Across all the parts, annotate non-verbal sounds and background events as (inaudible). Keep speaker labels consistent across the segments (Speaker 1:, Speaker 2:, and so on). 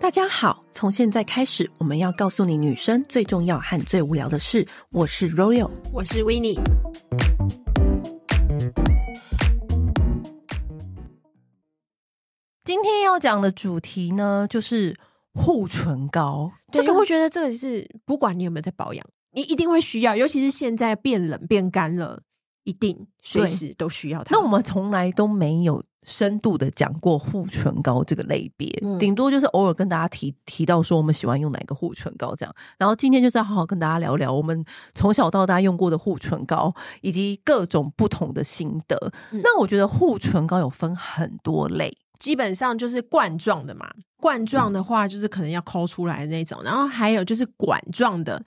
Speaker 1: 大家好，从现在开始，我们要告诉你女生最重要和最无聊的事。我是 Royal，
Speaker 2: 我是 w i n n i e
Speaker 1: 今天要讲的主题呢，就是护唇膏。
Speaker 2: 这个
Speaker 1: 因为
Speaker 2: 会觉得这个是不管你有没有在保养，你一定会需要，尤其是现在变冷变干了，一定随时都需要它。
Speaker 1: 那我们从来都没有深度的讲过护唇膏这个类别，
Speaker 2: 嗯
Speaker 1: 顶多就是偶尔跟大家提提到说我们喜欢用哪个护唇膏这样。然后今天就是要好好跟大家聊聊我们从小到大用过的护唇膏，以及各种不同的心得。
Speaker 2: 嗯
Speaker 1: 那我觉得护唇膏有分很多类，
Speaker 2: 基本上就是罐状的嘛，罐状的话就是可能要抠出来的那种，然后还有就是管状的，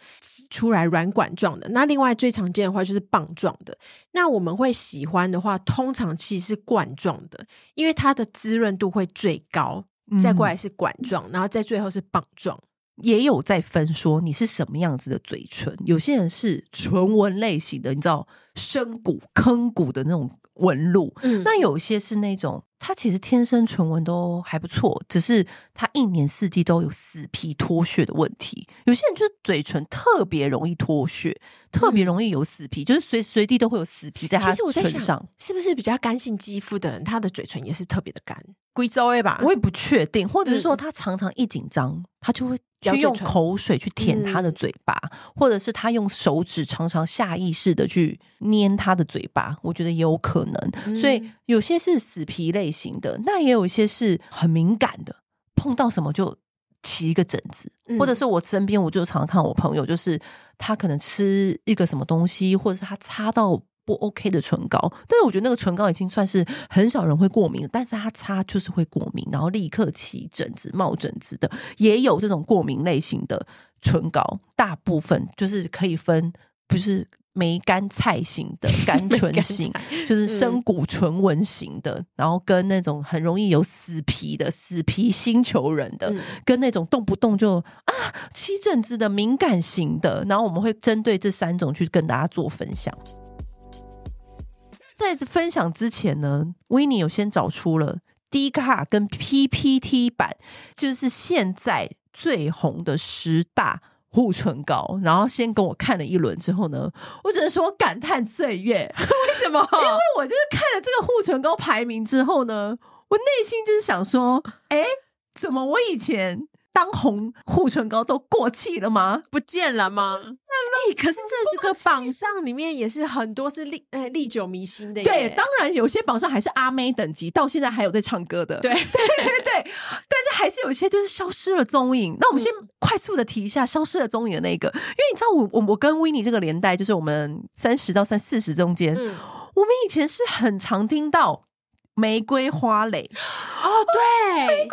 Speaker 2: 出来软管状的。那另外最常见的话就是棒状的。那我们会喜欢的话，通常其实是罐状的，因为它的滋润度会最高。
Speaker 1: 嗯
Speaker 2: 再过来是管状，然后再最后是棒状。
Speaker 1: 也有在分说你是什么样子的嘴唇，有些人是唇纹类型的，你知道深谷坑谷的那种纹路，
Speaker 2: 嗯
Speaker 1: 那有些是那种他其实天生唇纹都还不错，只是他一年四季都有死皮脱屑的问题。有些人就是嘴唇特别容易脱屑，特别容易有死皮，就是随时随地都会有死皮在他
Speaker 2: 嗯其实我在
Speaker 1: 唇
Speaker 2: 想
Speaker 1: 上。，
Speaker 2: 是不是比较干性肌肤的人，他的嘴唇也是特别的干，贵州 A 吧？
Speaker 1: 我也不确定，或者是说
Speaker 2: 嗯
Speaker 1: 他常常一紧张，他就会
Speaker 2: 咬
Speaker 1: 去
Speaker 2: 嘴
Speaker 1: 用
Speaker 2: 唇
Speaker 1: 口水去舔他的
Speaker 2: 嗯
Speaker 1: 嘴巴，或者是他用手指常常下意识的去捏他的嘴巴，我觉得也有可能。所以
Speaker 2: 嗯
Speaker 1: 有些是死皮类型的，那也有一些是很敏感的，碰到什么就。起一个疹子，或者
Speaker 2: 嗯
Speaker 1: 是我身边，我就常常看我朋友，就是他可能吃一个什么东西，或者是他擦到不 OK 的唇膏，但是我觉得那个唇膏已经算是很少人会过敏了，但是他擦就是会过敏，然后立刻起疹子、冒疹子的，也有这种过敏类型的唇膏，大部分就是可以分，不是梅干菜型
Speaker 2: (laughs)
Speaker 1: 的、甘
Speaker 2: 没
Speaker 1: 醇
Speaker 2: 干
Speaker 1: 型
Speaker 2: 柴，
Speaker 1: 就是深谷唇纹型的，然后跟那种很容易有死皮的、死皮星球人的，
Speaker 2: 嗯
Speaker 1: 跟那种动不动就啊起疹子的敏感型的，然后我们会针对这三种去跟大家做分享。在分享之前呢，维尼有先找出了 D 卡跟 PPT 版，就是现在最红的十大护唇膏，然后先跟我看了一轮之后呢，我只能说感叹岁月。
Speaker 2: 为什么？
Speaker 1: 那我就是看了这个护唇膏排名之后呢，我内心就是想说，哎，怎么我以前当红护唇膏都过气了吗？
Speaker 2: (laughs) 不见了吗？哎、可是这个榜上里面也是很多是历呃历久弥新的耶。
Speaker 1: 对，当然有些榜上还是阿妹等级，到现在还有在唱歌的，
Speaker 2: 对
Speaker 1: 对对 (laughs) 对，但是还是有一些就是消失了踪影。那我们先
Speaker 2: 嗯
Speaker 1: 快速的提一下消失了踪影的那个，因为你知道我我我跟 w i n n 这个年代，就是我们三十到三四十中间，
Speaker 2: 嗯
Speaker 1: 我们以前是很常听到玫瑰花蕾， (gasps)
Speaker 2: 哦 (laughs) 对，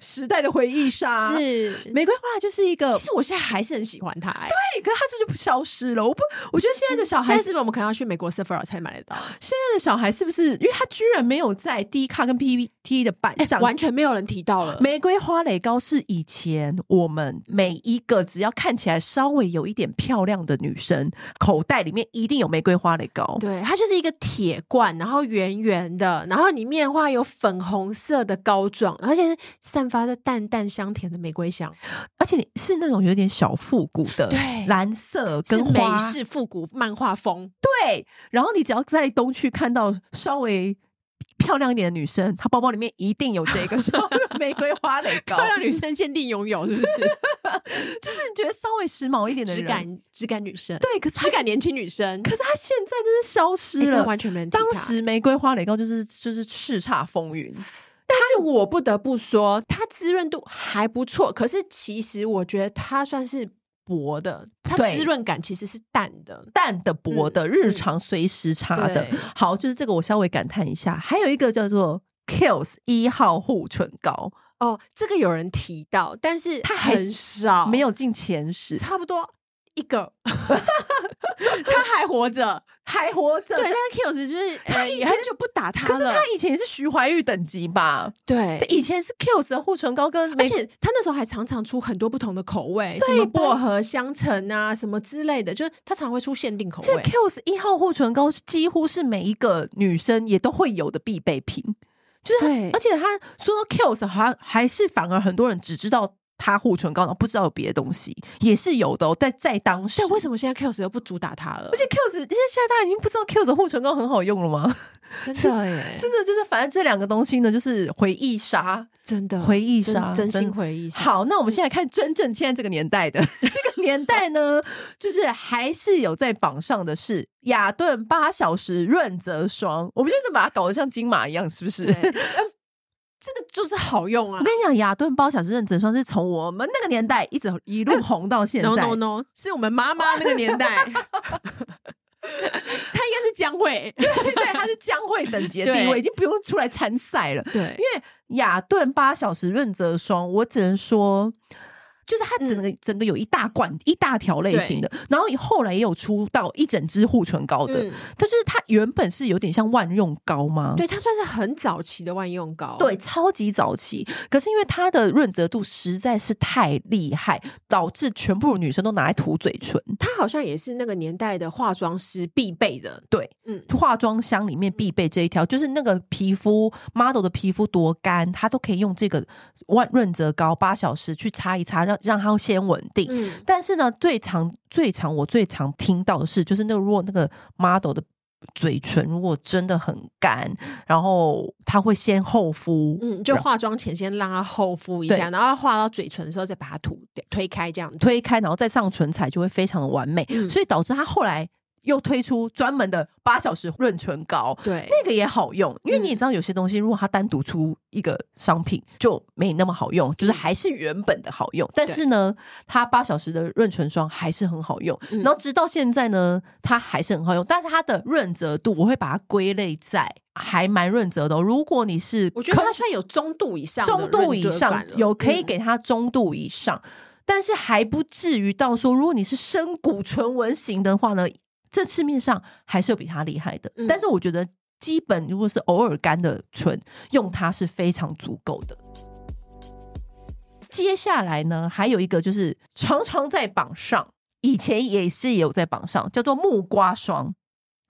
Speaker 1: 时代的回忆杀。
Speaker 2: 是。
Speaker 1: 玫瑰花蕾就是一个，
Speaker 2: 其实我现在还是很喜欢它、哎，对，
Speaker 1: 可是它这就消失了。我不，我觉得现在的小
Speaker 2: 现
Speaker 1: 孩
Speaker 2: 在，是不是我们可能要去美国 Sephora 才买得到？
Speaker 1: 现在的小孩是不是，因为他居然没有在 D 卡跟 PPT 的版上
Speaker 2: 完全没有人提到了。
Speaker 1: 玫瑰花蕾膏是以前我们每一个只要看起来稍微有一点漂亮的女生，口袋里面一定有玫瑰花蕾膏。
Speaker 2: 对，它就是一个铁罐，然后圆圆的，然后里面的话有粉红色的膏状，而且散发着淡淡香甜的玫瑰香，
Speaker 1: 而且是那种有点小复古的，
Speaker 2: 对
Speaker 1: 蓝色
Speaker 2: 是
Speaker 1: 跟
Speaker 2: 美
Speaker 1: 花。
Speaker 2: 式复古漫画 (laughs) 风。
Speaker 1: 对，然后你只要在东区看到稍微漂亮一点的女生，她包包里面一定有
Speaker 2: (laughs)
Speaker 1: 这个什么玫瑰花蕾膏。
Speaker 2: 漂亮啊女生限定拥有，是不 (laughs) 是？
Speaker 1: 就是你觉得稍微时髦一点的
Speaker 2: 质
Speaker 1: 人，
Speaker 2: 感质感女生，
Speaker 1: 对，可是她
Speaker 2: 质感年轻女生，
Speaker 1: 可是她现在就是消失
Speaker 2: 哎真
Speaker 1: 了，
Speaker 2: 的完全没人提
Speaker 1: 当
Speaker 2: 她
Speaker 1: 时玫瑰花蕾膏就是就是叱咤风云，
Speaker 2: 但是我不得不说，它滋润度还不错。可是其实我觉得它算是薄的，它
Speaker 1: 对
Speaker 2: 滋润感其实是淡的。
Speaker 1: 淡的、薄的，
Speaker 2: 嗯
Speaker 1: 日常随时擦的。
Speaker 2: 对
Speaker 1: 好，就是这个我稍微感叹一下。还有一个叫做 Kills 一号护唇膏，
Speaker 2: 哦，这个有人提到，但是
Speaker 1: 它还
Speaker 2: 很少，
Speaker 1: 没有进前十，
Speaker 2: 差不多一个， (laughs) 他还活着。
Speaker 1: 还活着。
Speaker 2: 对，但是 Kills 就是
Speaker 1: 他
Speaker 2: 呃，
Speaker 1: 以
Speaker 2: 也
Speaker 1: 前
Speaker 2: 很久不打
Speaker 1: 可
Speaker 2: 他
Speaker 1: 是
Speaker 2: 了
Speaker 1: 他。以前也是徐怀钰等级吧？
Speaker 2: 对，
Speaker 1: 以前是 Kills 的护唇膏跟玫
Speaker 2: 而且他那时候还常常出很多不同的口味，什
Speaker 1: 对
Speaker 2: 么
Speaker 1: 吧
Speaker 2: 薄荷、香橙啊，什么之类的，就是他常会出限定口
Speaker 1: 这
Speaker 2: 味。
Speaker 1: Kills 一号护唇膏几乎是每一个女生也都会有的必备品，就是
Speaker 2: 对
Speaker 1: 而且他说到 Kills 还还是反而很多人只知道它护唇膏，然后不知道有别的东西，也是有的、哦。在在当时，
Speaker 2: 但为什么现在 Kills 又不主打它了？
Speaker 1: 而且 Kills 现在大家已经不知道 Kills 护唇膏很好用了吗？ (laughs)
Speaker 2: 真的耶，
Speaker 1: 真的就是，反正这两个东西呢，就是回忆杀，
Speaker 2: 真的
Speaker 1: 回忆
Speaker 2: 真
Speaker 1: 杀，
Speaker 2: 嗯真
Speaker 1: 真
Speaker 2: 心回忆杀。
Speaker 1: 好，那我们现在看真正现在这个年代的 (laughs) 这个年代呢，就是还是有在榜上的是雅顿八小时润泽霜。我们现在把它搞得像金马一样，是不是？
Speaker 2: 对，呃这个就是好用
Speaker 1: (laughs)
Speaker 2: 啊
Speaker 1: 我跟。你讲，雅顿八小时润泽霜是从我们那个年代一直一路红到
Speaker 2: (laughs)
Speaker 1: 现在。
Speaker 2: No no no，是我们妈妈那个年代，她 (laughs) 应该是
Speaker 1: (laughs)
Speaker 2: 江蕙。
Speaker 1: (laughs) 对对，它是将会等级的地位，
Speaker 2: 对
Speaker 1: 已经不用出来参赛了。
Speaker 2: 对
Speaker 1: 因为雅顿八小时润泽霜，我只能说。就是它
Speaker 2: 嗯
Speaker 1: 整个、整个有一大罐一大条类型的，然后后来也有出到一整支护唇膏的，
Speaker 2: 嗯，
Speaker 1: 但就是它原本是有点像万用膏吗？
Speaker 2: 对，它算是很早期的万用膏。
Speaker 1: 对，超级早期。可是因为它的润泽度实在是太厉害，导致全部女生都拿来涂嘴唇。
Speaker 2: 它好像也是那个年代的化妆师必备的。
Speaker 1: 对，
Speaker 2: 嗯，
Speaker 1: 化妆箱里面必备这一条，就是那个皮肤 model 的皮肤多干，它都可以用这个万润泽膏八小时去擦一擦，让让它先稳定。
Speaker 2: 嗯，
Speaker 1: 但是呢，最常最常我最常听到的是，就是那个如果那个 model 的嘴唇如果真的很干，然后它会先厚敷，
Speaker 2: 嗯，就
Speaker 1: 然后
Speaker 2: 化妆前先让它厚敷一
Speaker 1: 对
Speaker 2: 下，然后画到嘴唇的时候再把它涂掉推开，这样子。
Speaker 1: 推开，然后再上唇彩就会非常的完美，
Speaker 2: 嗯
Speaker 1: 所以导致它后来又推出专门的八小时润唇膏。
Speaker 2: 对，
Speaker 1: 那个也好用，因为你也
Speaker 2: 嗯
Speaker 1: 知道，有些东西如果它单独出一个商品，就没那么好用，就是
Speaker 2: 嗯
Speaker 1: 还是原本的好用。但是呢，它八小时的润唇霜还是很好用，
Speaker 2: 嗯
Speaker 1: 然后直到现在呢，它还是很好用，但是它的润泽度我会把它归类在还蛮润泽的哦、如果你是
Speaker 2: 我觉得它算有中度以上的
Speaker 1: 中度
Speaker 2: 润
Speaker 1: 以
Speaker 2: 泽
Speaker 1: 上
Speaker 2: 感了
Speaker 1: 有可以
Speaker 2: 嗯
Speaker 1: 给它中度以上，但是还不至于到说，如果你是深谷唇纹型的话呢，这市面上还是有比它厉害的。
Speaker 2: 嗯
Speaker 1: 但是我觉得基本如果是偶尔干的唇，用它是非常足够的。接下来呢，还有一个就是常常在榜上，以前也是有在榜上，叫做木瓜霜。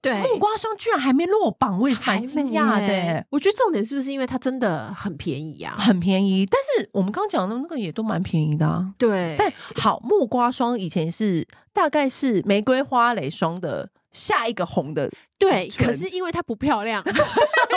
Speaker 2: 对
Speaker 1: 木瓜霜居然还没落榜，我也
Speaker 2: 哎还
Speaker 1: 蛮惊讶的、欸
Speaker 2: 没耶我觉得重点是不是因为它真的很便宜啊？
Speaker 1: 很便宜，但是我们刚刚讲的那个也都蛮便宜的啊。
Speaker 2: 对，
Speaker 1: 但好，木瓜霜以前是大概是玫瑰花蕾霜的下一个红的，
Speaker 2: 对，
Speaker 1: 纯
Speaker 2: 可是因为它不漂
Speaker 1: (laughs)
Speaker 2: 亮，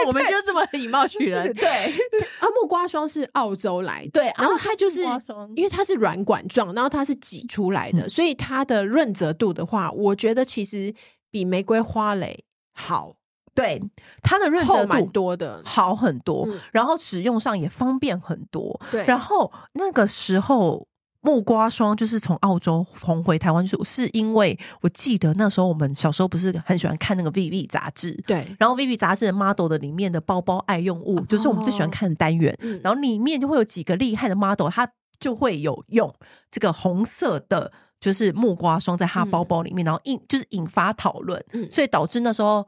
Speaker 2: 我们就这么以貌取 (laughs) 人。
Speaker 1: 对
Speaker 2: 啊，木瓜霜是澳洲来的，
Speaker 1: 对，啊
Speaker 2: 然后它就是
Speaker 1: 木瓜霜嗯
Speaker 2: 因为它是软管状，然后它是挤出来的，所以它的润泽度的话，我觉得其实比玫瑰花蕾好
Speaker 1: 对它的润
Speaker 2: 厚
Speaker 1: 泽
Speaker 2: 蛮
Speaker 1: 度
Speaker 2: 多的。
Speaker 1: 好很多
Speaker 2: 嗯，
Speaker 1: 然后使用上也方便很多。
Speaker 2: 对，
Speaker 1: 然后那个时候。木瓜霜就是从澳洲红回台湾，就是是因为我记得那时候我们小时候不是很喜欢看那个《VV》杂志，
Speaker 2: 对，
Speaker 1: 然后《VV》杂志的 model 的里面的包包爱用物，就是我们最喜欢看的单元。
Speaker 2: 嗯
Speaker 1: 然后里面就会有几个厉害的 model，他就会有用这个红色的，就是木瓜霜在他包包里面，然后引就是引发讨论，
Speaker 2: 嗯
Speaker 1: 所以导致那时候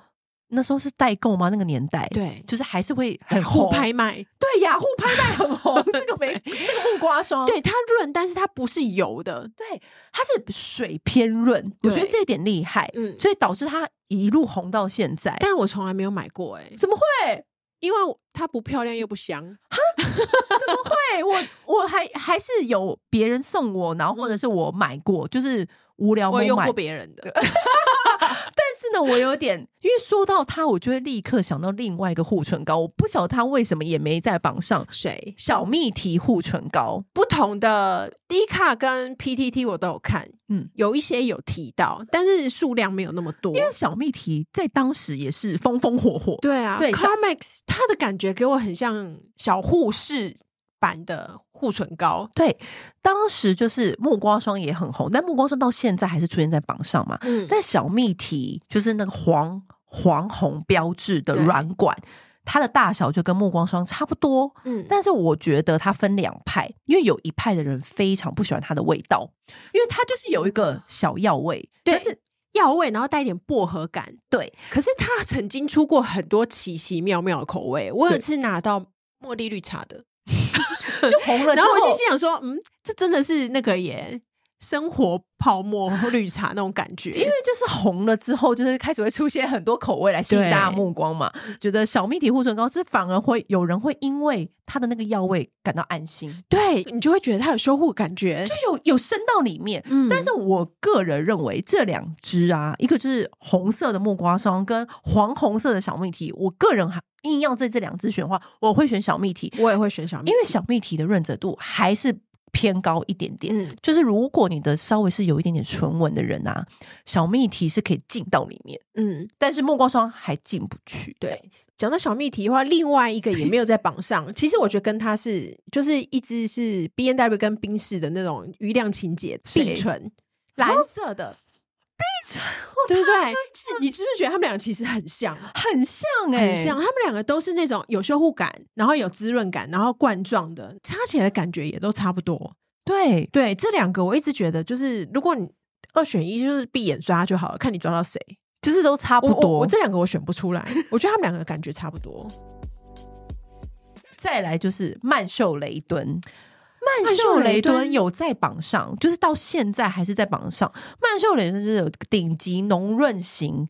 Speaker 1: 那时候是代购吗？那个年代，，
Speaker 2: 对，
Speaker 1: 就是还是会很
Speaker 2: 互
Speaker 1: 红，
Speaker 2: 拍卖，
Speaker 1: 对，雅虎拍卖
Speaker 2: (laughs)
Speaker 1: 很红，这个玫这个木瓜霜，
Speaker 2: 对它润，但是它不是油的，
Speaker 1: 对，它是水偏润，我觉得
Speaker 2: 对
Speaker 1: 这一点厉害，
Speaker 2: 嗯，
Speaker 1: 所以导致它一路红到现在。
Speaker 2: 但我从来没有买过哎、
Speaker 1: 怎么会？
Speaker 2: 因为它不漂亮又不香，
Speaker 1: 对我，我还还是有别人送我，然后或者是我买过，就是无聊
Speaker 2: 嗯哦我
Speaker 1: 没
Speaker 2: 有用
Speaker 1: 买
Speaker 2: 过别人的，
Speaker 1: 但是呢，我有点，因为说到它，我就会立刻想到另外一个护唇膏，我不晓得它为什么也没在榜上。
Speaker 2: 谁
Speaker 1: 小蜜提护唇膏，
Speaker 2: 不同的 D 卡跟 PTT 我都有看，
Speaker 1: 嗯
Speaker 2: 嗯，有一些有提到，但是数量没有那么多
Speaker 1: 因。为小蜜提在当时也是风风火火，
Speaker 2: 对啊，
Speaker 1: 对
Speaker 2: c a r m a x 它的感觉给我很像小护士版的护唇膏，
Speaker 1: 对，当时就是木瓜霜也很红，但木瓜霜到现在还是出现在榜上嘛。
Speaker 2: 嗯
Speaker 1: 但小蜜提就是那个黄黄红标志的
Speaker 2: 对
Speaker 1: 软管，它的大小就跟木瓜霜差不多，
Speaker 2: 嗯
Speaker 1: 但是我觉得它分两派，因为有一派的人非常不喜欢它的味道，因为它就是有一个小药味，
Speaker 2: 对
Speaker 1: 但是
Speaker 2: 药味，然后带一点薄荷感。
Speaker 1: 对
Speaker 2: 可是它 (laughs) 曾经出过很多奇奇妙妙的口味，我有
Speaker 1: 对
Speaker 2: 一次拿到茉莉绿茶的，
Speaker 1: 就红了之
Speaker 2: 然
Speaker 1: 后
Speaker 2: 后我就心想说，嗯，这真的是那个耶，生活泡
Speaker 1: (laughs)
Speaker 2: 沫绿茶那种感觉，
Speaker 1: 因为就是红了之后，就是开始会出现很多口味来吸引
Speaker 2: 对
Speaker 1: 大家目光嘛。觉得小蜜体护唇膏是反而会有人会因为它的那个药味感到安心，
Speaker 2: 对你就会觉得它有修护感觉。
Speaker 1: 就有有深到里面。
Speaker 2: 嗯
Speaker 1: 但是我个人认为这两支啊，一个就是红色的木瓜霜跟黄红色的小蜜体，我个人还硬要在这两支选的话，我会选小蜜体，
Speaker 2: 我也会选小蜜，
Speaker 1: 因为小蜜体的润泽度还是偏高一点点。
Speaker 2: 嗯，
Speaker 1: 就是如果你的稍微是有一点点唇纹的人啊，小蜜体是可以进到里面，
Speaker 2: 嗯，
Speaker 1: 但是木瓜霜还进不去。
Speaker 2: 对
Speaker 1: 这样子，
Speaker 2: 讲到小蜜题的话，另外一个也没有在榜上。其实我觉得跟它是就是一只是 B N W 跟宾士的那种余量情节
Speaker 1: 谁哦
Speaker 2: 碧唇，
Speaker 1: 蓝
Speaker 2: 色的碧唇，对不对？是你是不是觉得他们俩其实很
Speaker 1: (laughs)
Speaker 2: 像？
Speaker 1: 很像哎、
Speaker 2: 很像，他们两个都是那种有修护感，然后有滋润感，然后冠状的，擦起来的感觉也都差不多。
Speaker 1: 对，
Speaker 2: 对，这两个我一直觉得就是，如果你二选一，就是闭眼刷就好了，看你抓到谁。
Speaker 1: 就是都差不
Speaker 2: 我
Speaker 1: 多。
Speaker 2: 我我这两个我选不出来，我觉得他们两个感觉差不
Speaker 1: (laughs)
Speaker 2: 多。
Speaker 1: 再来就是曼秀雷敦。曼
Speaker 2: 曼
Speaker 1: 秀
Speaker 2: 秀
Speaker 1: 雷
Speaker 2: 雷敦
Speaker 1: 敦有在榜上，就是到现在还是在榜上。曼秀雷敦就是有顶级浓润型，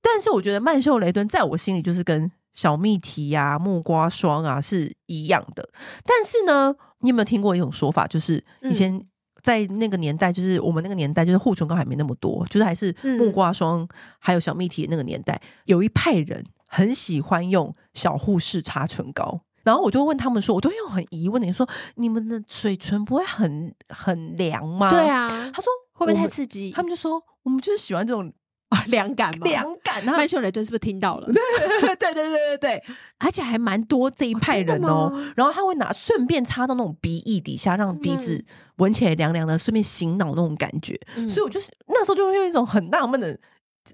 Speaker 1: 但是我觉得曼秀雷敦在我心里就是跟小蜜提啊、木瓜霜啊是一样的。但是呢，你有没有听过一种说法，就是以前在那个年代，就是我们那个年代，就是护唇膏还没那么多，就是还是
Speaker 2: 嗯
Speaker 1: 木瓜霜还有小蜜体的那个年代，有一派人很喜欢用小护士擦唇膏。然后我就问他们说，我都用很疑问的说，你们的嘴唇不会很很凉吗？
Speaker 2: 对，啊，
Speaker 1: (laughs) 他说
Speaker 2: 会
Speaker 1: 我
Speaker 2: 不会太
Speaker 1: 们
Speaker 2: 刺激？
Speaker 1: 他们就说我们就是喜欢这种
Speaker 2: (laughs) 啊凉感嘛，
Speaker 1: 凉感，
Speaker 2: (laughs)
Speaker 1: 然后
Speaker 2: 曼秀雷敦是不是听到了？
Speaker 1: 对 (laughs) 对对对对，而且还蛮多这一派人哦。
Speaker 2: 真的吗
Speaker 1: 然后他会拿顺便插到那种鼻翼底下，让鼻子闻起来凉凉的，顺便醒脑那种感觉。
Speaker 2: 嗯
Speaker 1: 所以我就是那时候就会用一种很纳闷的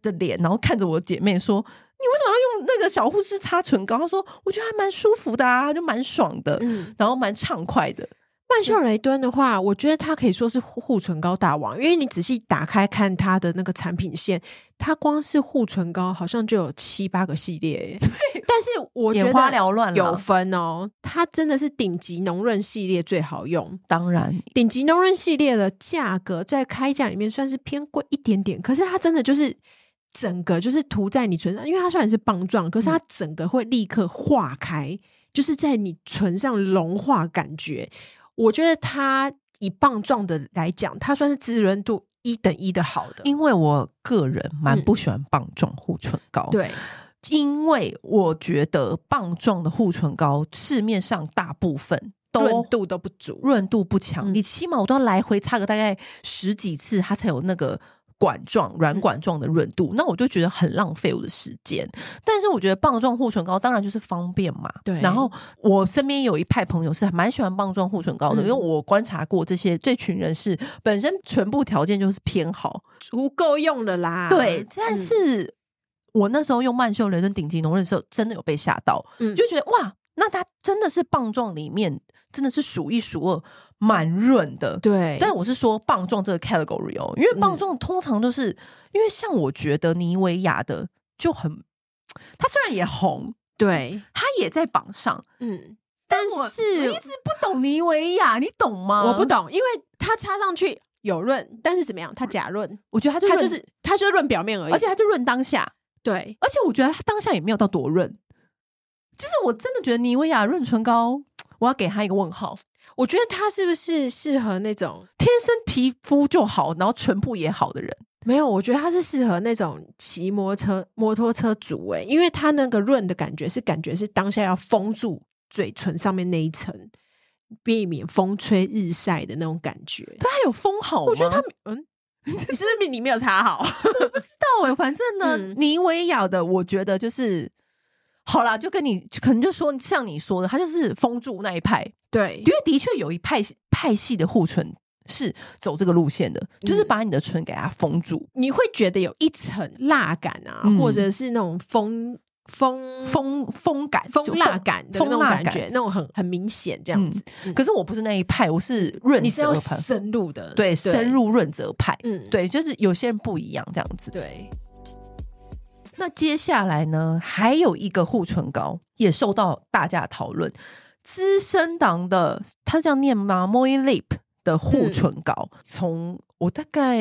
Speaker 1: 的脸，然后看着我姐妹说：“你为什么要用那个小护士擦唇膏？”她说：“我觉得还蛮舒服的啊，就蛮爽的，
Speaker 2: 嗯，
Speaker 1: 然后蛮畅快的。
Speaker 2: 曼秀雷敦的话，我觉得它可以说是护护唇膏大王，因为你仔细打开看它的那个产品线，它光是护唇膏好像就有七八个系列耶。但是我觉
Speaker 1: 眼花
Speaker 2: 得
Speaker 1: 缭乱
Speaker 2: 有
Speaker 1: 了，
Speaker 2: 分哦，它真的是顶级浓润系列最好用。
Speaker 1: 当然
Speaker 2: 顶级浓润系列的价格在开价里面算是偏贵一点点，可是它真的就是整个就是涂在你唇上，因为它虽然是棒状，可是
Speaker 1: 嗯
Speaker 2: 它整个会立刻化开，就是在你唇上融化感觉。我觉得它以棒状的来讲，它算是滋润度一等一的好的。
Speaker 1: 因为我个人蛮
Speaker 2: 嗯
Speaker 1: 不喜欢棒状护唇膏，
Speaker 2: 对，
Speaker 1: 因为我觉得棒状的护唇膏市面上大部分
Speaker 2: 润
Speaker 1: 都
Speaker 2: 度都不足。
Speaker 1: 润度不强，
Speaker 2: 嗯
Speaker 1: 你起码我都要来回擦个大概十几次，它才有那个管状软管状的润度。那我就觉得很浪费我的时间。但是我觉得棒状护唇膏当然就是方便嘛，
Speaker 2: 对
Speaker 1: 然后我身边有一派朋友是蛮喜欢棒状护唇膏的，
Speaker 2: 嗯
Speaker 1: 因为我观察过这些这群人是本身唇部条件就是偏好，
Speaker 2: 足够用了啦。
Speaker 1: 对，但
Speaker 2: 嗯
Speaker 1: 是、我那时候用曼秀雷敦顶级浓润的时候，真的有被吓到，
Speaker 2: 嗯
Speaker 1: 就觉得哇，那它真的是棒状里面真的是数一数二，蛮润的。
Speaker 2: 对，
Speaker 1: 但我是说棒状这个 category 哦，因为棒状通常都是、因为像我觉得妮维雅的就很，它虽然也红，
Speaker 2: 对，
Speaker 1: 它也在榜上，
Speaker 2: 嗯，但
Speaker 1: 我我
Speaker 2: 是
Speaker 1: 一直不懂妮维雅，你懂吗？
Speaker 2: 我不，懂，因为它擦上去有润，但是怎么样？它假润，
Speaker 1: 我觉得它就
Speaker 2: 它
Speaker 1: 润
Speaker 2: 就是它就是润表面而已。
Speaker 1: 而且它就润当下，
Speaker 2: 对，
Speaker 1: 而且我觉得它当下也没有到多润，就是我真的觉得妮维雅润唇膏，我要给它一个问号。
Speaker 2: 我觉得它是不是适合那种
Speaker 1: 天生皮肤就好，然后唇部也好的人，
Speaker 2: 没有？我觉得它是适合那种骑摩托车摩托车族诶、因为它那个润的感觉是感觉是当下要封住嘴唇上面那一层，避免风吹日晒的那种感觉。
Speaker 1: 但它有封好吗？
Speaker 2: 我觉得它嗯， (laughs) 你是不是你没有擦好？
Speaker 1: 到哎、反正呢，
Speaker 2: 嗯
Speaker 1: 妮维雅的，我觉得就是好啦，就跟你可能就说像你说的，它就是封住那一派，
Speaker 2: 对
Speaker 1: 因为的确有一派派系的护唇是走这个路线的，就是把你的唇给它封住，
Speaker 2: 你会觉得有一层辣感啊，
Speaker 1: 嗯
Speaker 2: 或者是那种风风
Speaker 1: 封嗯封感，
Speaker 2: 风
Speaker 1: 就
Speaker 2: 辣感的那
Speaker 1: 风
Speaker 2: 种
Speaker 1: 辣
Speaker 2: 感觉，那种很很明显这样子。嗯
Speaker 1: 可是我不是那一派，我是润
Speaker 2: 你是要
Speaker 1: 泽派，
Speaker 2: 深入的，
Speaker 1: 对，深，入润泽派。
Speaker 2: 嗯，
Speaker 1: 对，就是有些人不一样这样子。
Speaker 2: 对，
Speaker 1: 那接下来呢，还有一个护唇膏也受到大家的讨论，资生堂的它是这样念吗？Moy
Speaker 2: 嗯
Speaker 1: Lip 的护唇膏，从我大概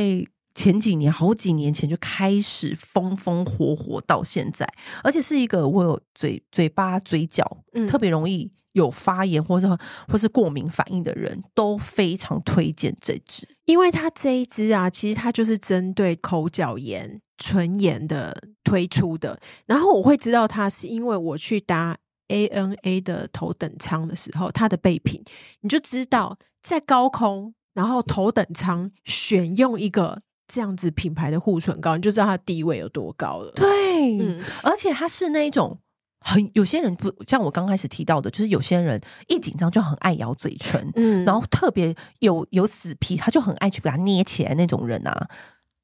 Speaker 1: 前几年，好几年前就开始风风火火到现在，而且是一个我有嘴嘴巴嘴角、
Speaker 2: 嗯
Speaker 1: 特别容易有发炎或者或是过敏反应的人，都非常推荐这支。
Speaker 2: 因为它这一支啊，其实它就是针对口角炎、唇炎的推出的。然后我会知道它，是因为我去搭 ANA 的头等舱的时候，它的备品，你就知道在高空，然后头等舱选用一个这样子品牌的护唇膏，你就知道它的地位有多高了。
Speaker 1: 对
Speaker 2: 嗯，
Speaker 1: 而且它是那一种。很有些人不像我刚开始提到的，就是有些人一紧张就很爱咬嘴唇，
Speaker 2: 嗯
Speaker 1: 然后特别有有死皮，他就很爱去把它捏起来那种人啊，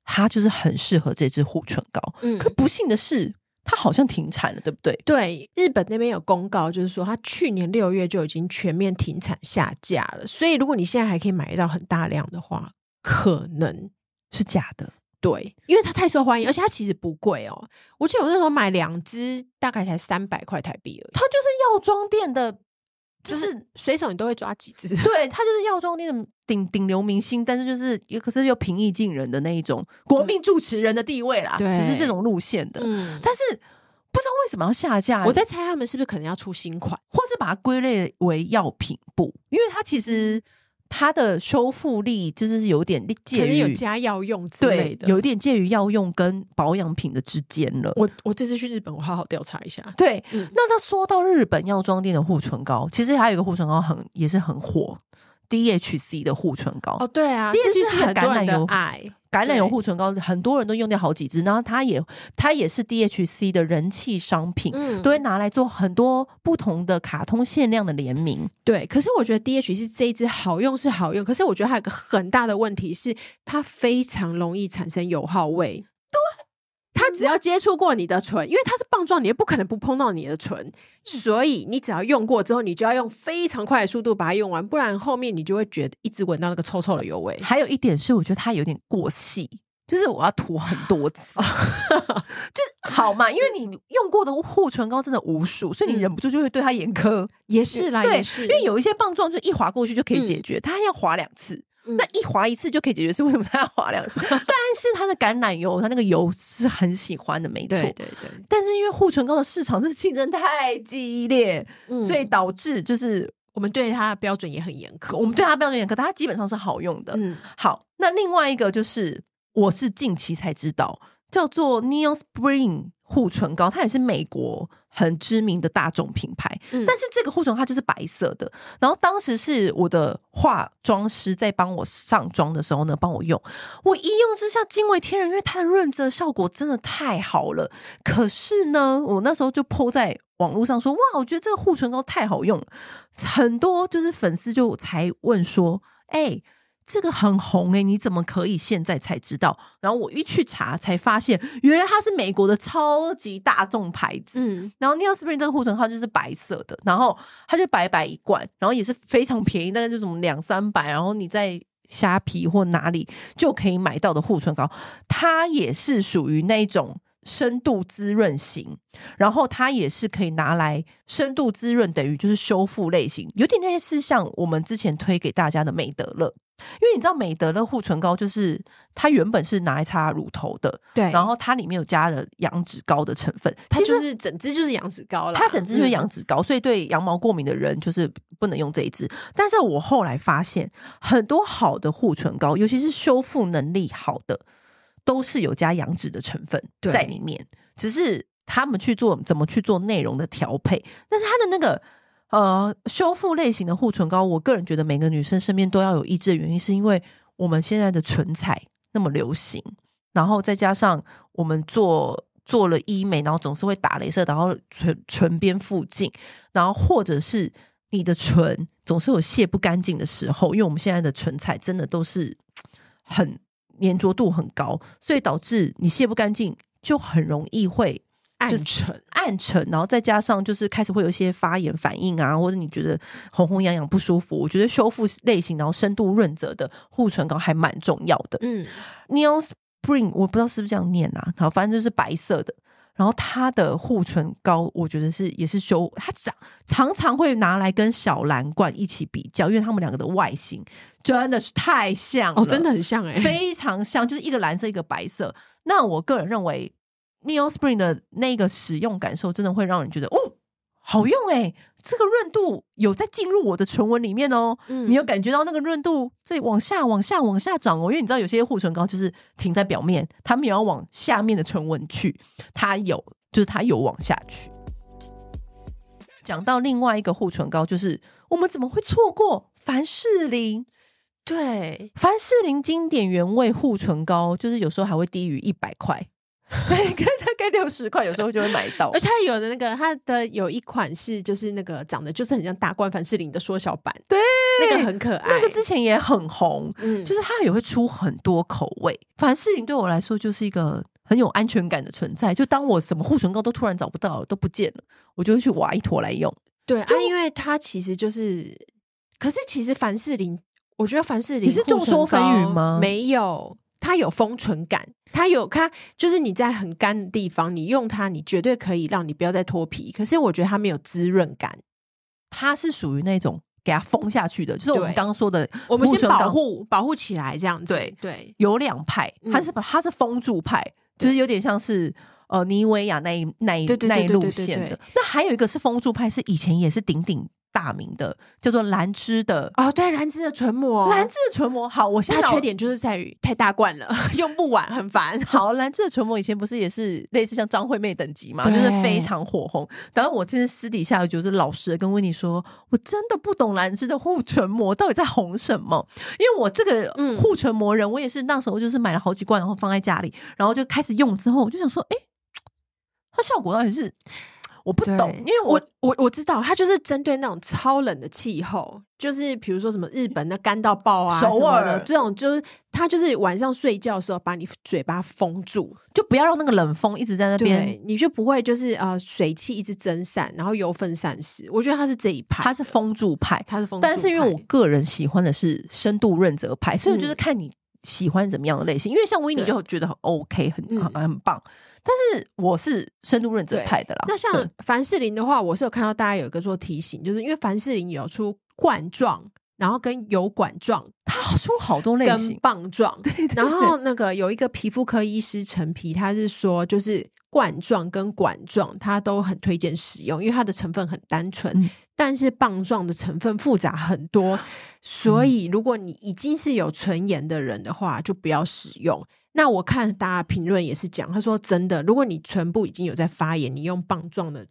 Speaker 1: 他就是很适合这支护唇膏。
Speaker 2: 嗯
Speaker 1: 可不幸的是，他好像停产了，对不对？
Speaker 2: 对，日本那边有公告，就是说它去年六月就已经全面停产下架了。所以如果你现在还可以买到很大量的话，可能
Speaker 1: 是假的，
Speaker 2: 对，因为它太受欢迎，而且它其实不贵哦。我记得我那时候买两支，大概才三百块台币而已，
Speaker 1: 它就是药妆店的，
Speaker 2: 就是 (laughs) 随手你都会抓几支。
Speaker 1: 对，它就是药妆店的顶顶流明星，但是就是也可是又平易近人的那一种国民主持人的地位啦，
Speaker 2: 对
Speaker 1: 就是这种路线的。
Speaker 2: (laughs) 嗯，
Speaker 1: 但是不知道为什么要下架，
Speaker 2: 我在猜他们是不是可能要出新款？
Speaker 1: 或是把它归类为药品部，因为它其实
Speaker 2: 嗯
Speaker 1: 它的修复力就是有点
Speaker 2: 可
Speaker 1: 介
Speaker 2: 能
Speaker 1: 于
Speaker 2: 有加药用之类
Speaker 1: 对，
Speaker 2: 的。
Speaker 1: 有一点介于药用跟保养品的之间了。
Speaker 2: 我我这次去日本，我好好调查一下。
Speaker 1: 对，
Speaker 2: 嗯
Speaker 1: 那他说到日本药妆店的护唇膏，其实还有一个护唇膏很也是很火，DHC 的护唇膏，
Speaker 2: 哦，对啊，
Speaker 1: 第一
Speaker 2: 这
Speaker 1: 支
Speaker 2: 就是很
Speaker 1: 橄
Speaker 2: 多人
Speaker 1: 榄
Speaker 2: 的
Speaker 1: 油
Speaker 2: 爱。
Speaker 1: 橄榄油
Speaker 2: 对
Speaker 1: 护唇膏，很多人都用掉好几支，然后它也它也是 DHC 的人气商品。
Speaker 2: 嗯
Speaker 1: 都会拿来做很多不同的卡通限量的联名，
Speaker 2: 对，可是我觉得 DH 是这一支好用是好用，可是我觉得还有一个很大的问题是，它非常容易产生油耗味。对，它只要接触过你的唇，因为它是棒状，你也不可能不碰到你的唇，
Speaker 1: 嗯
Speaker 2: 所以你只要用过之后，你就要用非常快的速度把它用完，不然后面你就会觉得一直闻到那个臭臭的油味。
Speaker 1: 还有一点是，我觉得它有点过细，就是我要涂很多
Speaker 2: (laughs)
Speaker 1: 次，就好嘛，因为你用过的护唇膏真的无数，所以你忍不住就会对它严苛。
Speaker 2: 也嗯 (laughs) 是啦，
Speaker 1: 对
Speaker 2: 也是，
Speaker 1: 因为有一些棒状就一划过去就可以解
Speaker 2: 嗯
Speaker 1: 决，它要划两次。
Speaker 2: 嗯
Speaker 1: 那一划一次就可以解决，是为什么它要划两次？ (laughs) 但是它的橄榄油，它那个油是很喜欢的，没错。
Speaker 2: 对对对，
Speaker 1: 但是因为护唇膏的市场是竞争太激烈，
Speaker 2: 嗯
Speaker 1: 所以导致就是
Speaker 2: 我们对它的标准也很严苛。
Speaker 1: 我们对它标准严苛，但它基本上是好用的。
Speaker 2: 嗯
Speaker 1: 好，那另外一个就是我是近期才知道，叫做 Neospring 护唇膏，它也是美国很知名的大众品牌。
Speaker 2: 嗯
Speaker 1: 但是这个护唇膏它就是白色的。然后当时是我的化妆师在帮我上妆的时候呢，帮我用。我一用之下惊为天人，因为它的润泽效果真的太好了。可是呢，我那时候就 PO 在网络上说，哇，我觉得这个护唇膏太好用了。很多就是粉丝就才问说，哎、这个很红哎、你怎么可以现在才知道？然后我一去查才发现，原来它是美国的超级大众牌子。
Speaker 2: 嗯，
Speaker 1: 然后 Neospring 这个护唇膏就是白色的，然后它就白白一罐，然后也是非常便宜，大概就什么两三百，然后你在虾皮或哪里就可以买到的护唇膏，它也是属于那一种深度滋润型，然后它也是可以拿来深度滋润，等于就是修复类型，有点类似像我们之前推给大家的美德乐。因为你知道美德乐护唇膏就是它原本是拿来擦乳头的，
Speaker 2: 对，
Speaker 1: 然后它里面有加了羊脂膏的成分，
Speaker 2: 它
Speaker 1: 其实
Speaker 2: 就是整支就是羊脂膏啦，
Speaker 1: 它整支就是
Speaker 2: 嗯
Speaker 1: 羊脂膏，所以对羊毛过敏的人就是不能用这一支。但是我后来发现，很多好的护唇膏，尤其是修复能力好的，都是有加羊脂的成分
Speaker 2: 对
Speaker 1: 在里面，只是他们去做怎么去做内容的调配，但是它的那个。呃，修复类型的护唇膏，我个人觉得每个女生身边都要有一支的原因，是因为我们现在的唇彩那么流行，然后再加上我们做做了医美，然后总是会打镭射，然后唇唇边附近，然后或者是你的唇总是有卸不干净的时候，因为我们现在的唇彩真的都是很粘着度很高，所以导致你卸不干净就很容易会
Speaker 2: 暗
Speaker 1: 就是
Speaker 2: 沉。
Speaker 1: 暗沉，然后再加上就是开始会有一些发炎反应啊，或者你觉得红红痒痒不舒服，我觉得修复类型然后深度润泽的护唇膏还蛮重要的。
Speaker 2: 嗯，
Speaker 1: Neospring，我不知道是不是这样念啊，好，反正就是白色的。然后它的护唇膏，我觉得是也是修，它常常常会拿来跟小蓝罐一起比较，因为它们两个的外形真的是太像了，欸
Speaker 2: 哦，真的很像 (laughs) 哎、
Speaker 1: 非常像，就是一个蓝色，一个白色。那我个人认为，Neospring 的那个使用感受，真的会让人觉得哦，好用哎、这个润度有在进入我的唇纹里面哦。
Speaker 2: 嗯
Speaker 1: 你有感觉到那个润度在往下、往下、往下长哦，因为你知道有些护唇膏就是停在表面，它没有往下面的唇纹去，它有，就是它有往下去。讲到另外一个护唇膏，就是我们怎么会错过凡士林？
Speaker 2: 对，
Speaker 1: 凡士林经典原味护唇膏，就是有时候还会低于一百块， (laughs) 大概大概六十块，有时候就会买到
Speaker 2: 而。且它有的那个，它的有一款是就是那个长得就是很像大罐凡士林的缩小版，对，那个很可爱，
Speaker 1: 那个之前也很红，
Speaker 2: 嗯
Speaker 1: 就是它也会出很多口味。凡士林对我来说就是一个很有安全感的存在，就当我什么护唇膏都突然找不到了，都不见了，我就会去挖一坨来用。
Speaker 2: 对啊，因为它其实就是，可是其实凡士林，我觉得凡士林
Speaker 1: 你是众
Speaker 2: 护唇
Speaker 1: 说纷纭
Speaker 2: 膏
Speaker 1: 吗
Speaker 2: 没有，它有封唇感，它有它就是你在很干的地方，你用它，你绝对可以让你不要再脱皮。可是我觉得它没有滋润感，
Speaker 1: 它是属于那种给它封下去的，就是我们
Speaker 2: 对
Speaker 1: 刚刚说的
Speaker 2: 我们
Speaker 1: 护
Speaker 2: 先
Speaker 1: 唇膏
Speaker 2: 保护保护起来这样子。
Speaker 1: 对
Speaker 2: 对，
Speaker 1: 有两派，
Speaker 2: 嗯
Speaker 1: 它是把它是封住派，就是有点像是呃妮维雅那一那一
Speaker 2: 对对对
Speaker 1: 那一
Speaker 2: 对对
Speaker 1: 路
Speaker 2: 对
Speaker 1: 线
Speaker 2: 对
Speaker 1: 的。那还有一个是封住派，是以前也是鼎鼎大名的，叫做兰芝的
Speaker 2: 哦，对，兰芝的唇膜，
Speaker 1: 兰芝的唇膜。好，我现
Speaker 2: 哦它
Speaker 1: 在
Speaker 2: 缺。点就是在于太大罐了， (laughs) 用不完，很烦。 (laughs)
Speaker 1: 好，兰芝的唇膜以前不是也是类似像张惠妹等级嘛，
Speaker 2: 对
Speaker 1: 就是非常火红。然后我真是私底下就是老实的跟温妮说，我真的不懂兰芝的护唇膜到底在红什么，因为我这个
Speaker 2: 嗯
Speaker 1: 护唇膜人，我也是那时候就是买了好几罐，然后放在家里，然后就开始用之后，我就想说，哎、它效果到底是我不
Speaker 2: 对
Speaker 1: 懂，因为我
Speaker 2: 我我我知道，它就是针对那种超冷的气候，就是比如说什么日本那干到爆啊，
Speaker 1: 首
Speaker 2: 什么的
Speaker 1: 尔
Speaker 2: 这种，就是它就是晚上睡觉的时候把你嘴巴封住，
Speaker 1: 就不要让那个冷风一直在那边，
Speaker 2: 对，你就不会就是呃水汽一直蒸散，然后油分散失。我觉得它是这一派，
Speaker 1: 它是封住派。
Speaker 2: 它是封住派，嗯
Speaker 1: 但是因为我个人喜欢的是深度润泽派，所以就是看你喜欢怎么样的类型。因为像维尼
Speaker 2: 对
Speaker 1: 就觉得很 OK，很
Speaker 2: 嗯
Speaker 1: 很很棒，但是我是深度润泽
Speaker 2: 对
Speaker 1: 派的啦。
Speaker 2: 那像
Speaker 1: 对
Speaker 2: 凡士林的话，我是有看到大家有一个做提醒，就是因为凡士林有出罐状，然后跟油管状。
Speaker 1: 它出好多类
Speaker 2: 跟
Speaker 1: 型，
Speaker 2: 棒状。然后那个有一个皮肤科医师陈皮，他是说就是冠状跟管状，他都很推荐使用，因为它的成分很单纯，
Speaker 1: 嗯
Speaker 2: 但是棒状的成分复杂很 (sighs) 多，所以如果你已经是有唇炎的人的话，就不要使用。那我看大家评论也是讲，他说真的，如果你唇部已经有在发炎，你用棒状的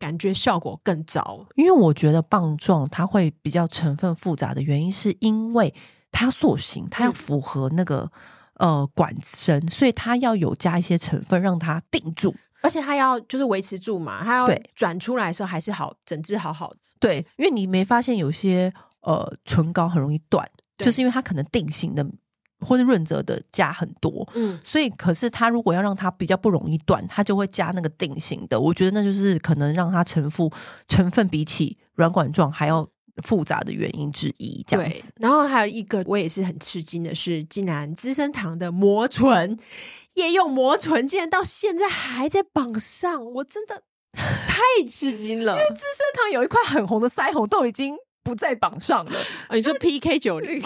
Speaker 2: 感觉效果更糟。
Speaker 1: 因为我觉得棒状它会比较成分复杂的原因，是因为它要塑形，它要
Speaker 2: 嗯
Speaker 1: 符合那个。呃，管身，所以它要有加一些成分让它定住。
Speaker 2: 而且它要就是维持住嘛，它要
Speaker 1: 对
Speaker 2: 转出来的时候还是好整治好好的。
Speaker 1: 对，因为你没发现有些呃唇膏很容易断，
Speaker 2: 对
Speaker 1: 就是因为它可能定型的或者润泽的加很多，
Speaker 2: 嗯，
Speaker 1: 所以，可是它如果要让它比较不容易断，它就会加那个定型的。我觉得那就是可能让它成复成分比起软管状还要复杂的原因之一。这样
Speaker 2: 对
Speaker 1: 子，
Speaker 2: 然后还有一个我也是很吃惊的是，竟然资生堂的魔唇夜用魔唇，竟然到现在还在榜上，我真的太吃惊 (laughs) 了。
Speaker 1: 身上有一块很红的腮红都已经不在榜上 (laughs) 了，
Speaker 2: 哦你说 PK
Speaker 1: (laughs)
Speaker 2: 九 (laughs) 零，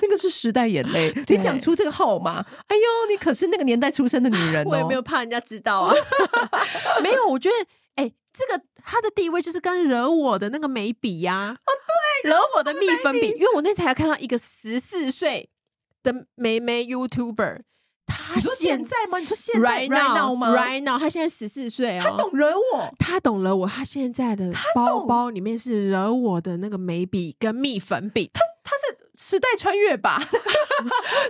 Speaker 1: 那个是时代眼泪。你讲出这个号码，哎呦，你可是那个年代出生的女人、哦。
Speaker 2: 我也没有怕人家知道啊。 (laughs) 没有，我觉得哎、这个它的地位就是跟惹我的那个眉笔呀、哦对，惹我的蜜粉笔，因为我那天还看到一个十四岁的妹妹 YouTuber，她
Speaker 1: 你说
Speaker 2: 现
Speaker 1: 啊现在吗？你说现在
Speaker 2: right
Speaker 1: right now 吗
Speaker 2: r i g h now，她现在十四岁哦，
Speaker 1: 他懂惹我，
Speaker 2: 他懂了我，他现在的包包里面是惹我的那个眉笔跟蜜粉笔。
Speaker 1: 他是时代穿越吧？ (laughs)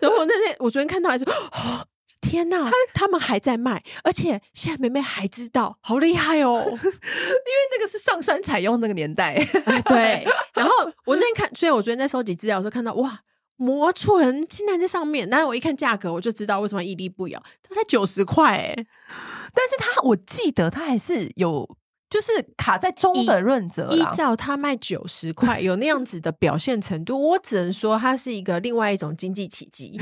Speaker 2: 然后我那天我昨天看到还说，哦、天哪，他们还在卖，而且现在妹妹还知道，好厉害
Speaker 1: (laughs)
Speaker 2: 哦！
Speaker 1: 那个是上山采用那个年代。 (laughs)
Speaker 2: 哎对，然后我那天看，所以我昨天在收集资料的时候看到，哇。魔唇竟然在上面，但是我一看价格，我就知道为什么屹立不摇，它才九十块哎，
Speaker 1: 但是它我记得它还是有，就是卡在中的润泽
Speaker 2: 依
Speaker 1: 啦。
Speaker 2: 照它卖九十块，有那样子的表现程度，我 (laughs) 只能说它是一个另外一种经济奇迹。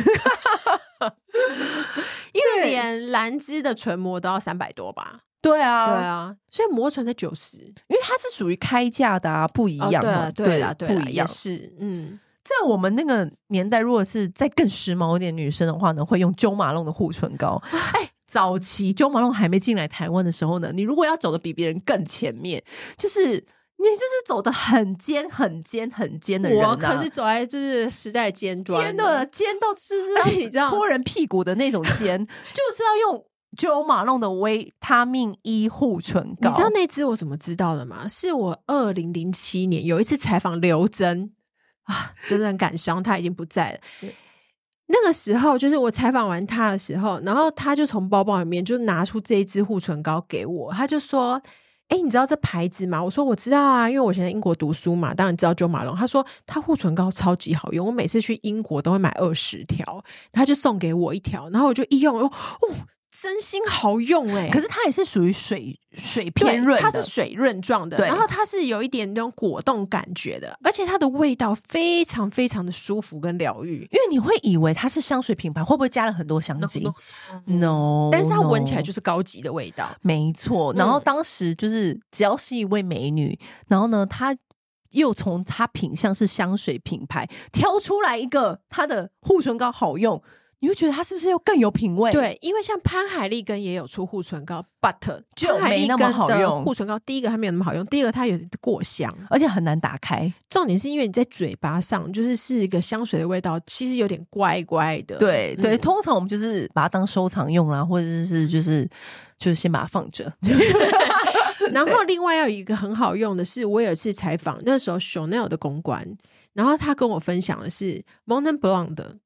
Speaker 2: 因为连兰芝的唇膜都要三百多吧？
Speaker 1: 对啊，
Speaker 2: 对啊，所以磨唇才九十，
Speaker 1: 因为它是属于开价的啊，不一
Speaker 2: 哦
Speaker 1: 样
Speaker 2: 对
Speaker 1: 嘛，
Speaker 2: 啊对啊，对啊
Speaker 1: 不一
Speaker 2: 也
Speaker 1: 样。
Speaker 2: 是，
Speaker 1: (laughs)
Speaker 2: 嗯，
Speaker 1: 在我们那个年代，如果是再更时髦一点女生的话呢，会用九马龙的护唇膏。哎，早期九马龙还没进来台湾的时候呢，你如果要走的比别人更前面，就是。你就是走的很尖、很尖、很尖的人、啊、
Speaker 2: 我可是走在就是时代尖端，
Speaker 1: 尖的，尖到就是
Speaker 2: 而且你知道
Speaker 1: 搓人屁股的那种尖，就是要用九马龙的维他命 E 护唇
Speaker 2: 你
Speaker 1: 膏。
Speaker 2: 知道那支我怎么知道的吗？是我二零零七年有一次采访刘真啊，真的很感伤，他已经不在了
Speaker 1: 对。
Speaker 2: 那个时候就是我采访完他的时候，然后他就从包包里面就拿出这一支护唇膏给我，他就说。哎、你知道这牌子吗？我说我知道啊，因为我以前在英国读书嘛，当然知道九马龙。他说他护唇膏超级好用，我每次去英国都会买二十条，他就送给我一条，然后我就一用，哦，哦真心好用哎、
Speaker 1: 可是它也是属于水水
Speaker 2: 对
Speaker 1: 偏润
Speaker 2: 它
Speaker 1: 的，
Speaker 2: 是水润状的，
Speaker 1: 对
Speaker 2: 然后它是有一点那种果冻感觉的，而且它的味道非常非常的舒服跟疗愈。
Speaker 1: 因为你会以为它是香水品牌，会不会加了很多香精
Speaker 2: No,
Speaker 1: ？No，
Speaker 2: 但是它闻起来
Speaker 1: no
Speaker 2: 就是高级的味道。
Speaker 1: 没错。然后
Speaker 2: 嗯
Speaker 1: 当时就是只要是一位美女，然后呢，她又从她品相是香水品牌挑出来一个她的护唇膏好用，你会觉得她是不是又更有品味？，
Speaker 2: 对，因为像潘海利根也有出护唇膏，but
Speaker 1: 就
Speaker 2: 潘海
Speaker 1: 没
Speaker 2: 利
Speaker 1: 那
Speaker 2: 根
Speaker 1: 么好
Speaker 2: 的
Speaker 1: 用
Speaker 2: 护唇膏，第一个它没有那么好用，第二个它有点过香。
Speaker 1: 而且很难打开。
Speaker 2: 重点是因为你在嘴巴上，就是是一个香水的味道，其实有点怪怪的。
Speaker 1: 对对，
Speaker 2: 嗯
Speaker 1: 通常我们就是把它当收藏用啦，或者是就是就是先把它放着。
Speaker 2: 然后另外要有一个很好用的是，我有一次采访那时候 Chanel 的公关，然后他跟我分享的是 Monin Blanc 的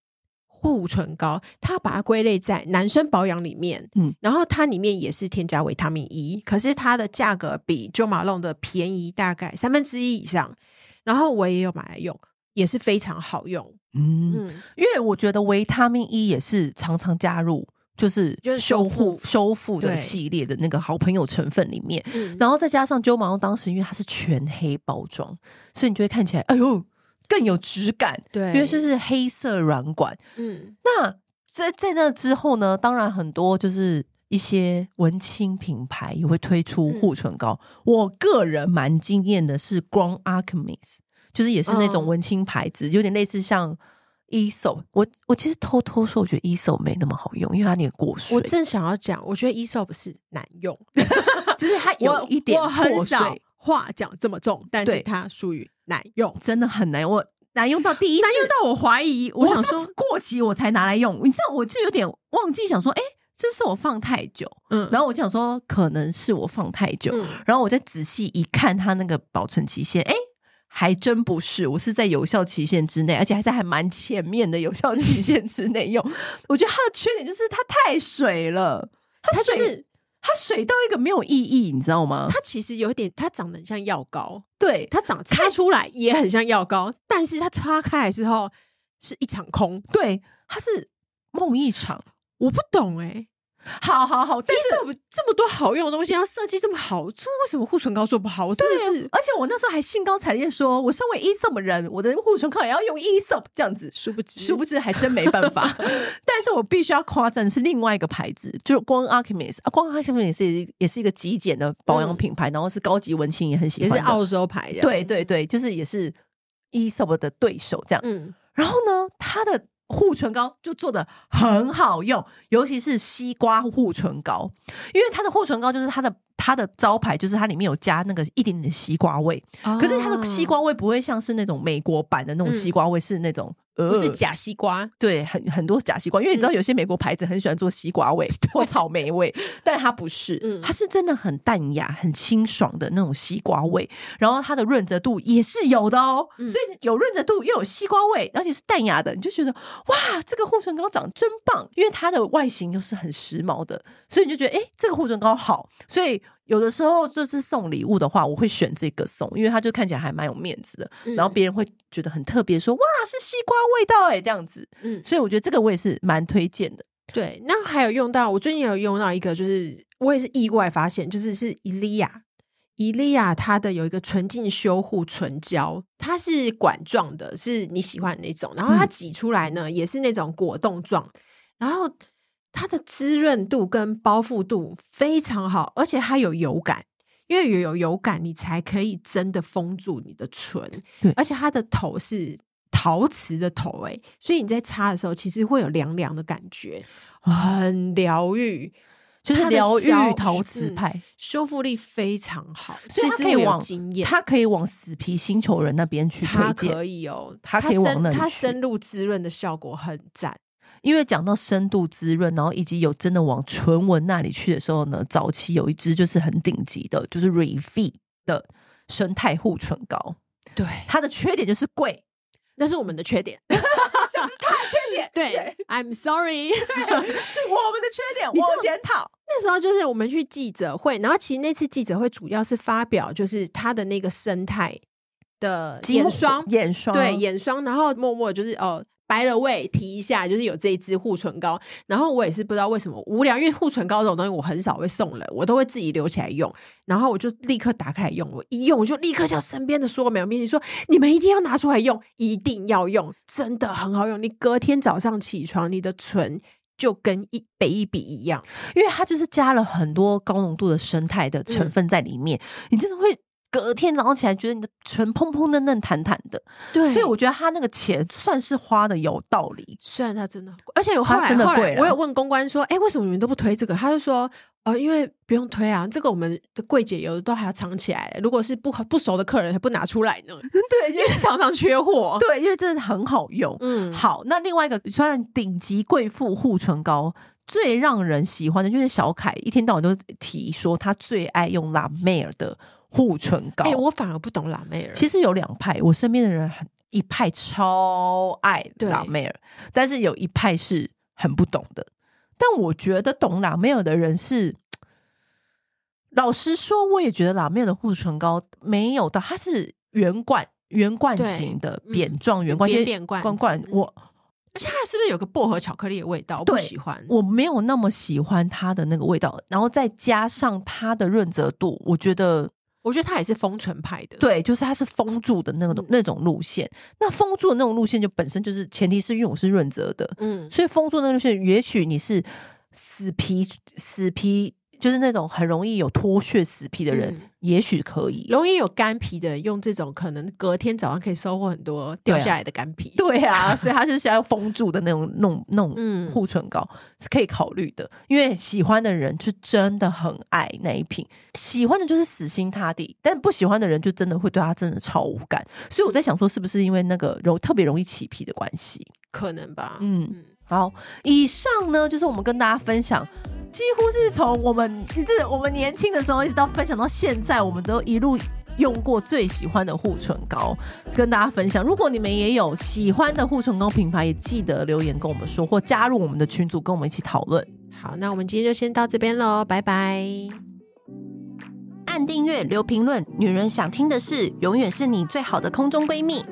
Speaker 2: 护唇膏，他把它归类在男生保养里面，
Speaker 1: 嗯
Speaker 2: 嗯，然后它里面也是添加维他命 E，可是它的价格比 Jo Malone 的便宜大概三分之一以上，然后我也有买来用，也是非常好用，
Speaker 1: 嗯，
Speaker 2: 嗯，
Speaker 1: 因为我觉得维他命 E 也是常常加入，就是
Speaker 2: 就是
Speaker 1: 修
Speaker 2: 修
Speaker 1: 护
Speaker 2: 复
Speaker 1: 修复的
Speaker 2: 对
Speaker 1: 系列的那个好朋友成分里面，
Speaker 2: 嗯
Speaker 1: 然后再加上 Jo Malone 当时因为它是全黑包装，所以你就会看起来，哎呦，更有质感，
Speaker 2: 对，
Speaker 1: 因为就是黑色软管。
Speaker 2: 嗯，
Speaker 1: 那在在那之后呢，当然很多就是。一些文青品牌也会推出
Speaker 2: 嗯
Speaker 1: 护唇膏，我个人蛮惊艳的是 Grown Alchemist，就是也是那种
Speaker 2: 嗯
Speaker 1: 文青牌子，有点类似像 e s o 我我其实偷偷说，我觉得 e s o 没那么好用，因为它有点过水
Speaker 2: 我，正想要讲，我觉得 e s o p 是难用。
Speaker 1: 就是它有
Speaker 2: 我
Speaker 1: 一点
Speaker 2: 我
Speaker 1: 过
Speaker 2: 很少
Speaker 1: 水，
Speaker 2: 话讲这么重，但
Speaker 1: 对
Speaker 2: 是它属于难用，
Speaker 1: 真的很难用。我难用到第一次
Speaker 2: 难，用到我怀疑，我想说
Speaker 1: 是，过期我才拿来用，你知道我就有点忘记想说，哎、是不是我放太久？
Speaker 2: 嗯
Speaker 1: 然后我就想说，可能是我放太久，
Speaker 2: 嗯
Speaker 1: 然后我再仔细一看它那个保存期限，哎、还真不是，我是在有效期限之内，而且还在还蛮前面的有效期限之内用。我觉得它的缺点就是它太水了，它嗯
Speaker 2: 它
Speaker 1: 水
Speaker 2: 就是
Speaker 1: 它水到一个没有意义，你知道吗？
Speaker 2: 它其实有一点，它长得很像药膏，
Speaker 1: 对
Speaker 2: 它长擦出来也很像药膏，但是它擦开来之后是一场空，
Speaker 1: 对，它是梦一场。
Speaker 2: 我不懂哎、
Speaker 1: 好好好，但
Speaker 2: 但
Speaker 1: 是
Speaker 2: 是我们这么多好用的东西，要设计这么好，做为什么护唇膏做不好？我真
Speaker 1: 对啊
Speaker 2: 的是
Speaker 1: 而且我那时候还兴高采烈说，我身为 E ESOP 人，我的护唇膏也要用 E ESOP 这样子。
Speaker 2: 殊不知，
Speaker 1: 殊不知还真没办
Speaker 2: (laughs)
Speaker 1: 法，但是我必须要夸赞的是另外一个牌子，就是光 Alchemist 啊，光 Alchemist 也是也是一个极简的保养品牌，然后是高级文青也很喜
Speaker 2: 嗯也
Speaker 1: 欢
Speaker 2: 是
Speaker 1: 的，
Speaker 2: 澳洲牌的，
Speaker 1: 对，对对，就是也是 E ESOP 的对手这样。
Speaker 2: 嗯，
Speaker 1: 然后呢，它的护唇膏就做的很好用，尤其是西瓜护唇膏，因为它的护唇膏就是它的它的招牌，就是它里面有加那个一点点的西瓜味，
Speaker 2: 哦
Speaker 1: 可是它的西瓜味不会像是那种美国版的那种西瓜味，是那种
Speaker 2: 哦
Speaker 1: 呃
Speaker 2: 不是假西瓜，
Speaker 1: 对，很很多假西瓜，因为你知道
Speaker 2: 嗯
Speaker 1: 有些美国牌子很喜欢做西瓜
Speaker 2: (laughs)
Speaker 1: 味或草莓味，但它不是
Speaker 2: 嗯，
Speaker 1: 它是真的很淡雅、很清爽的那种西瓜味，然后它的润泽度也是有的哦，
Speaker 2: 嗯
Speaker 1: 所以有润泽度又有西瓜味，而且是淡雅的，你就觉得哇，这个护唇膏长真棒，因为它的外形又是很时髦的，所以你就觉得哎、诶这个护唇膏好，所以。有的时候就是送礼物的话，我会选这个送，因为它就看起来还蛮有面子的，
Speaker 2: 嗯
Speaker 1: 然后别人会觉得很特别，说哇是西瓜味道哎、这样子，
Speaker 2: 嗯，
Speaker 1: 所以我觉得这个我也是蛮推荐的。
Speaker 2: 对，那还有用到，我最近有用到一个，就是我也是意外发现，就是是伊利亚，伊利亚它的有一个纯净修护唇胶，它是管状的，是你喜欢的那种，然后它
Speaker 1: 嗯
Speaker 2: 挤出来呢、也是那种果冻状，然后它的滋润度跟包覆度非常好，而且它有油感。因为有油感，你才可以真的封住你的唇。
Speaker 1: 对
Speaker 2: 而且它的头是陶瓷的头、欸，所以你在擦的时候，其实会有凉凉的感觉，很疗愈，
Speaker 1: 就是
Speaker 2: 它的
Speaker 1: 疗
Speaker 2: 消
Speaker 1: 愈陶瓷
Speaker 2: 嗯
Speaker 1: 派，
Speaker 2: 修复力非常好，
Speaker 1: 所以它
Speaker 2: 这
Speaker 1: 可以
Speaker 2: 个有
Speaker 1: 往
Speaker 2: 经验。
Speaker 1: 他可以往死皮星球人那边去推
Speaker 2: 它
Speaker 1: 荐，
Speaker 2: 可以哦，
Speaker 1: 它可以往那
Speaker 2: 深
Speaker 1: 里
Speaker 2: 它
Speaker 1: 去
Speaker 2: 深入滋润的效果很赞，
Speaker 1: 因为讲到深度滋润，然后以及有真的往唇纹那里去的时候呢，早期有一支就是很顶级的，就是 Refi 的生态护唇膏，
Speaker 2: 对，
Speaker 1: 它的缺点就是贵， (laughs)
Speaker 2: 那是我们的缺点。
Speaker 1: 缺点
Speaker 2: 对，I'm
Speaker 1: (laughs)
Speaker 2: sorry。(laughs)
Speaker 1: 是我们的缺点，
Speaker 2: 你知道
Speaker 1: 我检讨。
Speaker 2: 那时候就是我们去记者会，然后其实那次记者会主要是发表就是它的那个生态的呃眼霜，
Speaker 1: 眼霜
Speaker 2: 对眼霜，然后默默就是哦。白了味提一下，就是有这一支护唇膏，然后我也是不知道为什么无聊，因为护唇膏这种东西我很少会送人，我都会自己留起来用，然后我就立刻打开来用，我一用我就立刻叫身边的所有美容面积说，你们一定要拿出来用，一定要用，真的很好用，你隔天早上起床，你的唇就跟一北一比一样。
Speaker 1: 因为它就是加了很多高浓度的生态的
Speaker 2: 嗯
Speaker 1: 成分在里面，你真的会隔天早上起来觉得你的唇蓬蓬嫩嫩、弹弹的。
Speaker 2: 对
Speaker 1: 所以我觉得它那个钱算是花的有道理。
Speaker 2: 虽然它真的很贵，而且我后
Speaker 1: 它
Speaker 2: 来
Speaker 1: 真的
Speaker 2: 后来
Speaker 1: 贵啦
Speaker 2: 我有问公关说，哎、为什么你们都不推这个？他就说，呃，因为不用推啊，这个我们的柜姐有的都还要藏起来，如果是不不熟的客人还不拿出来呢，
Speaker 1: (laughs) 对，
Speaker 2: 因为常常缺货。
Speaker 1: 对，因为真的很好用。
Speaker 2: 嗯，
Speaker 1: 好，那另外一个虽然顶级贵妇护唇膏最让人喜欢的就是小凯，一天到晚都提说他最爱用拉妹尔的护唇膏。
Speaker 2: 哎、我反而不懂辣妹儿，
Speaker 1: 其实有两派，我身边的人很一派超爱
Speaker 2: 对
Speaker 1: 拉妹尔，但是有一派是很不懂的。但我觉得懂拉妹尔的人是，老实说，我也觉得拉妹尔的护唇膏没有的，它是圆罐圆罐
Speaker 2: 对
Speaker 1: 型的
Speaker 2: 嗯
Speaker 1: 扁状圆罐，
Speaker 2: 扁
Speaker 1: 些
Speaker 2: 扁罐
Speaker 1: 罐罐，
Speaker 2: 子
Speaker 1: 我
Speaker 2: 而且它是不是有个薄荷巧克力的味道？我不
Speaker 1: 对
Speaker 2: 喜欢。
Speaker 1: 我没有那么喜欢它的那个味道，然后再加上它的润泽度，我觉得
Speaker 2: 我觉得它也是封唇派的。
Speaker 1: 对，就是它是封住的那种、
Speaker 2: 嗯
Speaker 1: 那种路线。那封住的那种路线，就本身就是前提是因为我是润泽的，
Speaker 2: 嗯，
Speaker 1: 所以封住那个路线，也许你是死皮死皮，就是那种很容易有脱屑死皮的人，
Speaker 2: 嗯
Speaker 1: 也许可以。
Speaker 2: 容易有干皮的人用这种，可能隔天早上可以收获很多掉
Speaker 1: 对啊
Speaker 2: 下来的干皮。
Speaker 1: 对啊，所以它就是要封住的那种、那种、那种
Speaker 2: 嗯
Speaker 1: 护唇膏是可以考虑的，因为喜欢的人是真的很爱那一瓶，喜欢的就是死心塌地，但不喜欢的人就真的会对它真的超无感。所以我在想说，是不是因为那个容特别容易起皮的关系？
Speaker 2: 可能吧。
Speaker 1: 嗯，
Speaker 2: 嗯，
Speaker 1: 好，以上呢就是我们跟大家分享。几乎是从我们就是我们年轻的时候，一直到分享到现在，我们都一路用过最喜欢的护唇膏，跟大家分享。如果你们也有喜欢的护唇膏品牌，也记得留言跟我们说，或加入我们的群组，跟我们一起讨论。
Speaker 2: 好，那我们今天就先到这边喽，拜拜。
Speaker 1: 按订阅，留评论，女人想听的事，永远是你最好的空中闺蜜。